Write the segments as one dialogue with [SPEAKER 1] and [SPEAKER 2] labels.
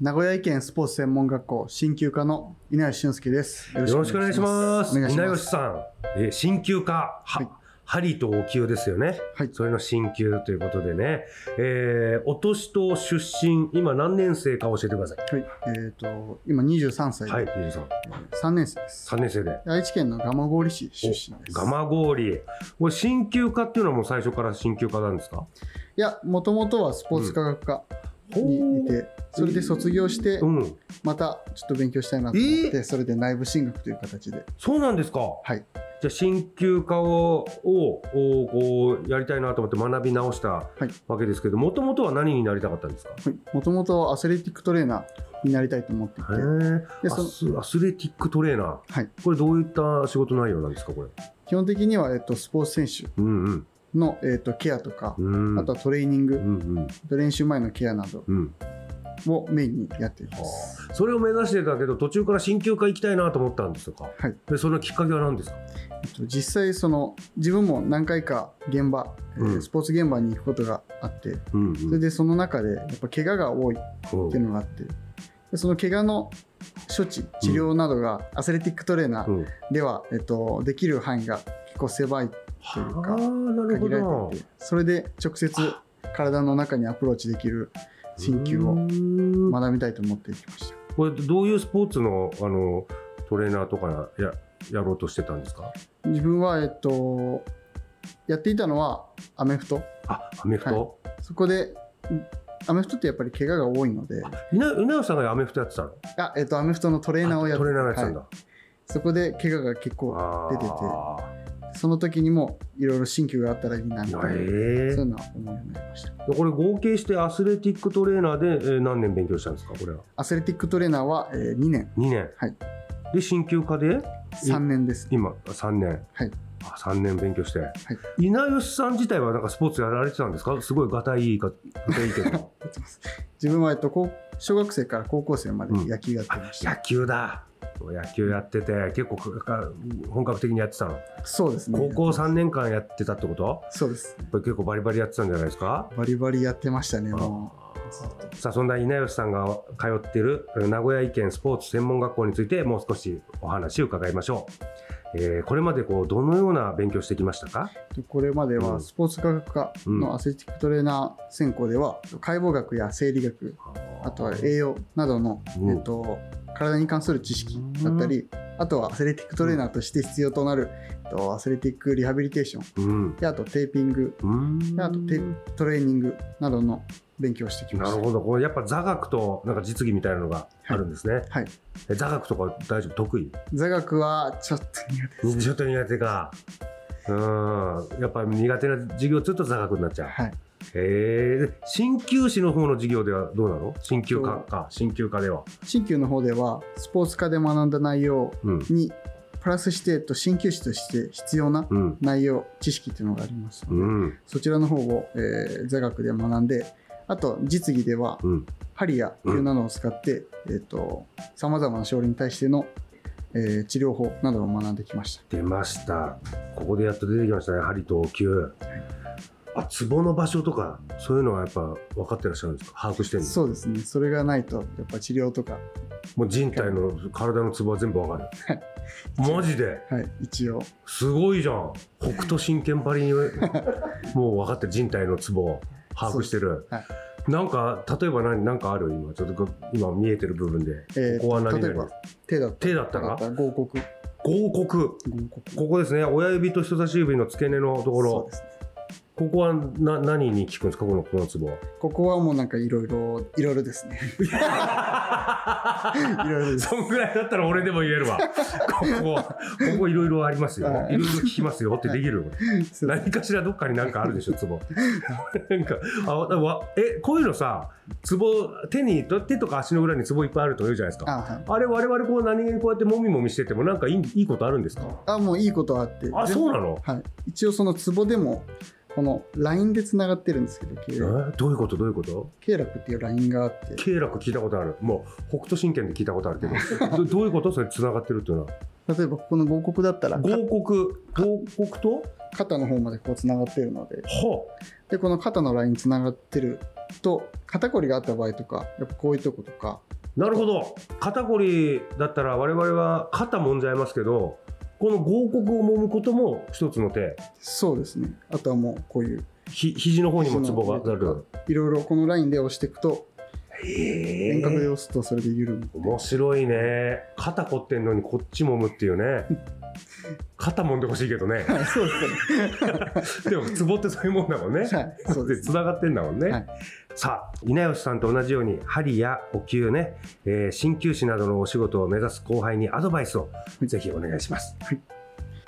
[SPEAKER 1] 名古屋医県スポーツ専門学校鍼灸科の稲吉俊介です。よ
[SPEAKER 2] よろしくお願いします。
[SPEAKER 1] お願いし
[SPEAKER 2] 稲
[SPEAKER 1] ま
[SPEAKER 2] 吉
[SPEAKER 1] す。
[SPEAKER 2] さん、えー、鍼灸科、は、
[SPEAKER 1] はい
[SPEAKER 2] ハリーとお灸ですよね。
[SPEAKER 1] はい
[SPEAKER 2] それの鍼灸ということでね、えー、お年と出身、今何年生か教えてください。
[SPEAKER 1] はい、えっ、と、今23歳
[SPEAKER 2] はい、
[SPEAKER 1] で、
[SPEAKER 2] ゆうじさん、
[SPEAKER 1] 三年生です。
[SPEAKER 2] 3年生で。
[SPEAKER 1] 愛知県の蒲郡市出身です。
[SPEAKER 2] 蒲郡。これ、鍼灸科っていうのはもう最初から鍼灸科なんですか
[SPEAKER 1] いや、もともとはスポーツ科学科にいて、それで卒業して
[SPEAKER 2] う、ん。
[SPEAKER 1] またちょっと勉強したいなと思って、それで内部進学という形で、
[SPEAKER 2] そうなんですか。
[SPEAKER 1] はい。
[SPEAKER 2] じゃあ、鍼灸科を、を、をこう、やりたいなと思って学び直した
[SPEAKER 1] はい
[SPEAKER 2] わけですけど、もともとは何になりたかったんですか
[SPEAKER 1] もともとアスレティックトレーナーになりたいと思っていて、
[SPEAKER 2] へえ
[SPEAKER 1] で
[SPEAKER 2] ア
[SPEAKER 1] その
[SPEAKER 2] スアスレティックトレーナー、
[SPEAKER 1] はい
[SPEAKER 2] これどういった仕事内容なんですかこれ
[SPEAKER 1] 基本的には、えっ、と、スポーツ選手
[SPEAKER 2] うんうん
[SPEAKER 1] の、えっ、と、ケアとか
[SPEAKER 2] う、ん
[SPEAKER 1] あとはトレーニング、
[SPEAKER 2] うんうん
[SPEAKER 1] 練習前のケアなど
[SPEAKER 2] うん
[SPEAKER 1] をメインにやっています。
[SPEAKER 2] それを目指してたけど途中から鍼灸科行きたいなと思ったんですとか、
[SPEAKER 1] はい
[SPEAKER 2] でそのきっかけは何ですか
[SPEAKER 1] えっと実際その自分も何回か現場、えー
[SPEAKER 2] うん
[SPEAKER 1] スポーツ現場に行くことがあって
[SPEAKER 2] うんうん
[SPEAKER 1] それでその中でやっぱ怪我が多いっ
[SPEAKER 2] うん
[SPEAKER 1] ていうのがあってでその怪我の処置治療などがアスレティックトレーナ
[SPEAKER 2] う
[SPEAKER 1] ー
[SPEAKER 2] ん
[SPEAKER 1] では、えっと、できる範囲が結構狭いという
[SPEAKER 2] あ
[SPEAKER 1] か
[SPEAKER 2] ーなるほ
[SPEAKER 1] 限ら
[SPEAKER 2] ど
[SPEAKER 1] れていてそれで直接体の中にアプローチできる鍼灸
[SPEAKER 2] う
[SPEAKER 1] を
[SPEAKER 2] ーん
[SPEAKER 1] 学びたいと思っていきました。
[SPEAKER 2] これどういうスポーツのあのトレーナーとかややろうとしてたんですか
[SPEAKER 1] 自分は、えっと、やっていたのはアメフト
[SPEAKER 2] あアメフト、
[SPEAKER 1] そこでうんアメフトってやっぱり怪我が多いので
[SPEAKER 2] 稲稲尾さんがアメフトやってたの
[SPEAKER 1] あ、えっと、アメフトのトレーナーを
[SPEAKER 2] あ
[SPEAKER 1] やって
[SPEAKER 2] トレーナーがやってたん
[SPEAKER 1] は
[SPEAKER 2] だ、
[SPEAKER 1] いそこで怪我が結構
[SPEAKER 2] あ
[SPEAKER 1] 出てて
[SPEAKER 2] ー
[SPEAKER 1] その時にもいろいろ鍼灸があったらいいなみたいな、
[SPEAKER 2] へえ
[SPEAKER 1] そういうのは思うようになりました
[SPEAKER 2] これ合計してアスレティックトレーナーでえー何年勉強したんですかこれは
[SPEAKER 1] アスレティックトレーナーは、えー2年
[SPEAKER 2] 2年、
[SPEAKER 1] はい
[SPEAKER 2] で鍼灸科で
[SPEAKER 1] 3年です
[SPEAKER 2] 今3年、
[SPEAKER 1] はい
[SPEAKER 2] あ3年勉強して、稲吉さん自体はなんかスポーツやられてたんですかすごいがたいいかがたいいけ ど
[SPEAKER 1] 自分は、えっと、高小学生から高校生まで野球やってました、
[SPEAKER 2] 野球だ野球やってて結構か本格的にやってたの
[SPEAKER 1] そうですね
[SPEAKER 2] 高校3年間やってたってこと
[SPEAKER 1] そうです
[SPEAKER 2] やっぱり結構バリバリやってたんじゃないですか
[SPEAKER 1] バリバリやってましたねも
[SPEAKER 2] さあそんな稲吉さんが通っているえー名古屋医県スポーツ専門学校についてもう少しお話を伺いましょう、えーこれまでこうどのような勉強してきましたか
[SPEAKER 1] うでこれまで
[SPEAKER 2] う
[SPEAKER 1] は
[SPEAKER 2] ん
[SPEAKER 1] スポーツ科学科のアスレティックトレーナー専攻では解剖学や生理学あとは栄養などの、
[SPEAKER 2] うん
[SPEAKER 1] えっと、体に関する知識だったり、あとはアスレティックトレーナーとして必要となる、えっと、アスレティックリハビリテーション
[SPEAKER 2] うん
[SPEAKER 1] であとテーピング
[SPEAKER 2] うん
[SPEAKER 1] であとテトレーニングなどの勉強をしてきま
[SPEAKER 2] な
[SPEAKER 1] し
[SPEAKER 2] る
[SPEAKER 1] た
[SPEAKER 2] ほどこれやっぱ座学となんか実技みたいなのがあるんですね、
[SPEAKER 1] はい
[SPEAKER 2] え座学とか大丈夫得意
[SPEAKER 1] 座学はちょっと苦手です
[SPEAKER 2] ちょっと苦手かうんやっぱ苦手な授業ちょっと座学になっちゃう、
[SPEAKER 1] はい
[SPEAKER 2] へえで鍼灸師の方の授業ではどうなの鍼灸科か鍼灸科では
[SPEAKER 1] 鍼灸の方ではスポーツ科で学んだ内容
[SPEAKER 2] うん
[SPEAKER 1] にプラスして、えっと、鍼灸師として必要な
[SPEAKER 2] うん
[SPEAKER 1] 内容知識というのがありますので、
[SPEAKER 2] うん
[SPEAKER 1] そちらの方を、えー座学で学んであと実技では
[SPEAKER 2] うん
[SPEAKER 1] 針や球などを使って、えっ、と、さまざまな症例に対しての、えー治療法などを学んできました。
[SPEAKER 2] 出ましたここでやっと出てきましたね針とお灸あツボの場所とかそういうのはやっぱ分かってらっしゃるんですか把握してるんです
[SPEAKER 1] そうですね。それがないと、やっぱ治療とか、
[SPEAKER 2] もう人体の体のツボは全部分 かるマジで
[SPEAKER 1] はい、一応、
[SPEAKER 2] すごいじゃん北 斗神拳ばりにもう分かってる人体のツボを把握してる、
[SPEAKER 1] はい
[SPEAKER 2] なんか例えば何なんかある今ちょっと今見えてる部分で、
[SPEAKER 1] えー
[SPEAKER 2] ここは何
[SPEAKER 1] 例え
[SPEAKER 2] 々
[SPEAKER 1] ば手だった
[SPEAKER 2] 手だったら
[SPEAKER 1] ら合谷
[SPEAKER 2] 合谷
[SPEAKER 1] 合谷
[SPEAKER 2] ここですね親指と人差し指の付け根のとこ
[SPEAKER 1] そう
[SPEAKER 2] ろ
[SPEAKER 1] ですね
[SPEAKER 2] ここはな何に効くんですかこのこのツボは
[SPEAKER 1] ここはもうなんかいろいろいろいろで すねいろいろです
[SPEAKER 2] そんぐらいだったら俺でも言えるわ。ここ、ここいろいろありますよ。
[SPEAKER 1] はい
[SPEAKER 2] いろいろ聞きますよってできるよ。
[SPEAKER 1] そう
[SPEAKER 2] 何かしらどっかになんかあるでしょ、ツボ。なんか、あわえ、こういうのさ、ツボ、手に、手とか足の裏にツボいっぱいあると言うじゃないです
[SPEAKER 1] あ
[SPEAKER 2] か。
[SPEAKER 1] はい
[SPEAKER 2] あれ、我々こう何気にこうやってもみもみしててもなんかいいいいことあるんですか
[SPEAKER 1] あもういいことはあって
[SPEAKER 2] あ、そうなの
[SPEAKER 1] はい、一応そのツボでもこの LINE でつながってるんですけど
[SPEAKER 2] え
[SPEAKER 1] 経絡
[SPEAKER 2] どういうことどういうこと
[SPEAKER 1] 経絡っていう LINE があって
[SPEAKER 2] 経絡聞いたことある。もう、北斗神拳で聞いたことあるけど、どどういうことそれ繋がってるっていうのは。
[SPEAKER 1] 例えばここの合谷だったらか
[SPEAKER 2] 合谷、合谷と
[SPEAKER 1] 肩の方までこうつながってるので
[SPEAKER 2] は
[SPEAKER 1] でこの肩のラインつながってると肩こりがあった場合とかやっぱこういうとことか
[SPEAKER 2] なるほど肩こりだったら我々は肩もんじゃいますけどこの合谷を揉むことも一つの手
[SPEAKER 1] そうですねあとはもうこういう
[SPEAKER 2] ひ肘の方にもツボがある
[SPEAKER 1] いろいろこのラインで押していくと
[SPEAKER 2] へ
[SPEAKER 1] 遠隔で
[SPEAKER 2] え
[SPEAKER 1] 押すとそれで緩 む
[SPEAKER 2] 面白いね肩凝ってんのにこっち揉むっていうね肩揉んでほしいけどね
[SPEAKER 1] はいそうです
[SPEAKER 2] でもツボってそういうもんだもんね
[SPEAKER 1] ねはい そうで
[SPEAKER 2] です繋がってんだもんね、
[SPEAKER 1] はい
[SPEAKER 2] さあ稲吉さんと同じように針やお灸ね、えー鍼灸師などのお仕事を目指す後輩にアドバイスをぜひお願いします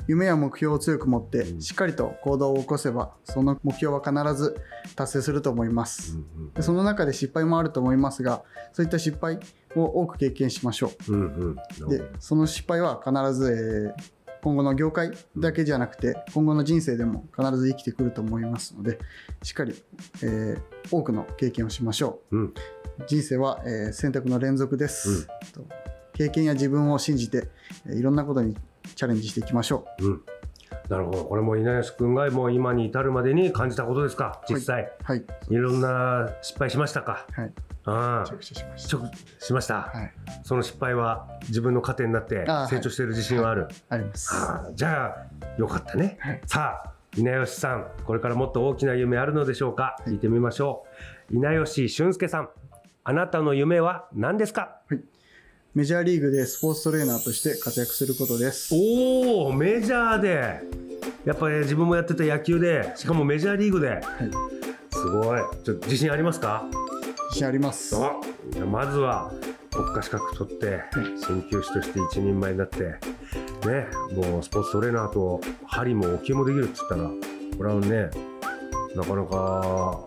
[SPEAKER 1] 夢や目標を強く持って
[SPEAKER 2] ん
[SPEAKER 1] しっかりと行動を起こせばその目標は必ず達成すると思います、
[SPEAKER 2] うん
[SPEAKER 1] でその中で失敗もあると思いますがそういった失敗を多く経験しましょ
[SPEAKER 2] うんうん
[SPEAKER 1] うでその失敗は必ず、えー今後の業界だけじゃなくて、今後の人生でも必ず生きてくると思いますのでしっかり、えー多くの経験をしましょう、
[SPEAKER 2] うん
[SPEAKER 1] 人生は、えー選択の連続です、
[SPEAKER 2] う
[SPEAKER 1] と経験や自分を信じて、えーいろんなことにチャレンジしていきましょう
[SPEAKER 2] なるほど、これも稲吉君がもう今に至るまでに感じたことですか、実際、い、
[SPEAKER 1] はい
[SPEAKER 2] ろんな失敗しましたか。
[SPEAKER 1] はい
[SPEAKER 2] ああ
[SPEAKER 1] 着手しまし
[SPEAKER 2] ち
[SPEAKER 1] た
[SPEAKER 2] ょしました、
[SPEAKER 1] はい
[SPEAKER 2] その失敗は自分の糧になって
[SPEAKER 1] ああ
[SPEAKER 2] 成長している自信はある、
[SPEAKER 1] あります
[SPEAKER 2] ああじゃあよかったね、
[SPEAKER 1] はい
[SPEAKER 2] さあ稲吉さんこれからもっと大きな夢あるのでしょうか、
[SPEAKER 1] い
[SPEAKER 2] 聞いてみましょう稲吉俊介さんあなたの夢は何ですか
[SPEAKER 1] メジャーリーグでスポーツトレーナーとして活躍することです
[SPEAKER 2] おおメジャーでやっぱり自分もやってた野球でしかもメジャーリーグで、すごいちょっと自信ありますか
[SPEAKER 1] 自信あります
[SPEAKER 2] あ
[SPEAKER 1] は
[SPEAKER 2] じゃあまずは国家資格取って鍼灸師として一人前になってねもうスポーツトレーナーと針もお灸もできるっつったらこれはねなかなかあ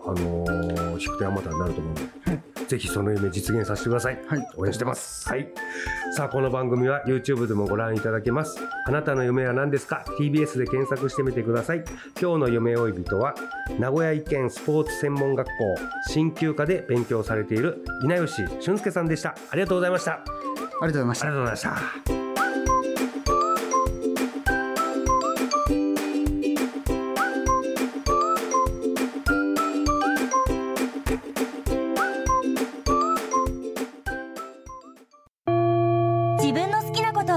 [SPEAKER 2] のー、引く手あまたになると思うので、ぜひその夢実現させてください
[SPEAKER 1] い
[SPEAKER 2] 応援してますす。はい。さあ、この番組は YouTube でもご覧いただけます。あなたの夢は何ですか ?TBS で検索してみてください。今日の夢追い人は、名古屋医研スポーツ専門学校鍼灸科で勉強されている稲吉俊介さんでした。ありがとうございました。あ
[SPEAKER 1] ありがとうございまし
[SPEAKER 2] り
[SPEAKER 1] た
[SPEAKER 2] がとうございました。
[SPEAKER 3] 自分の好きなこと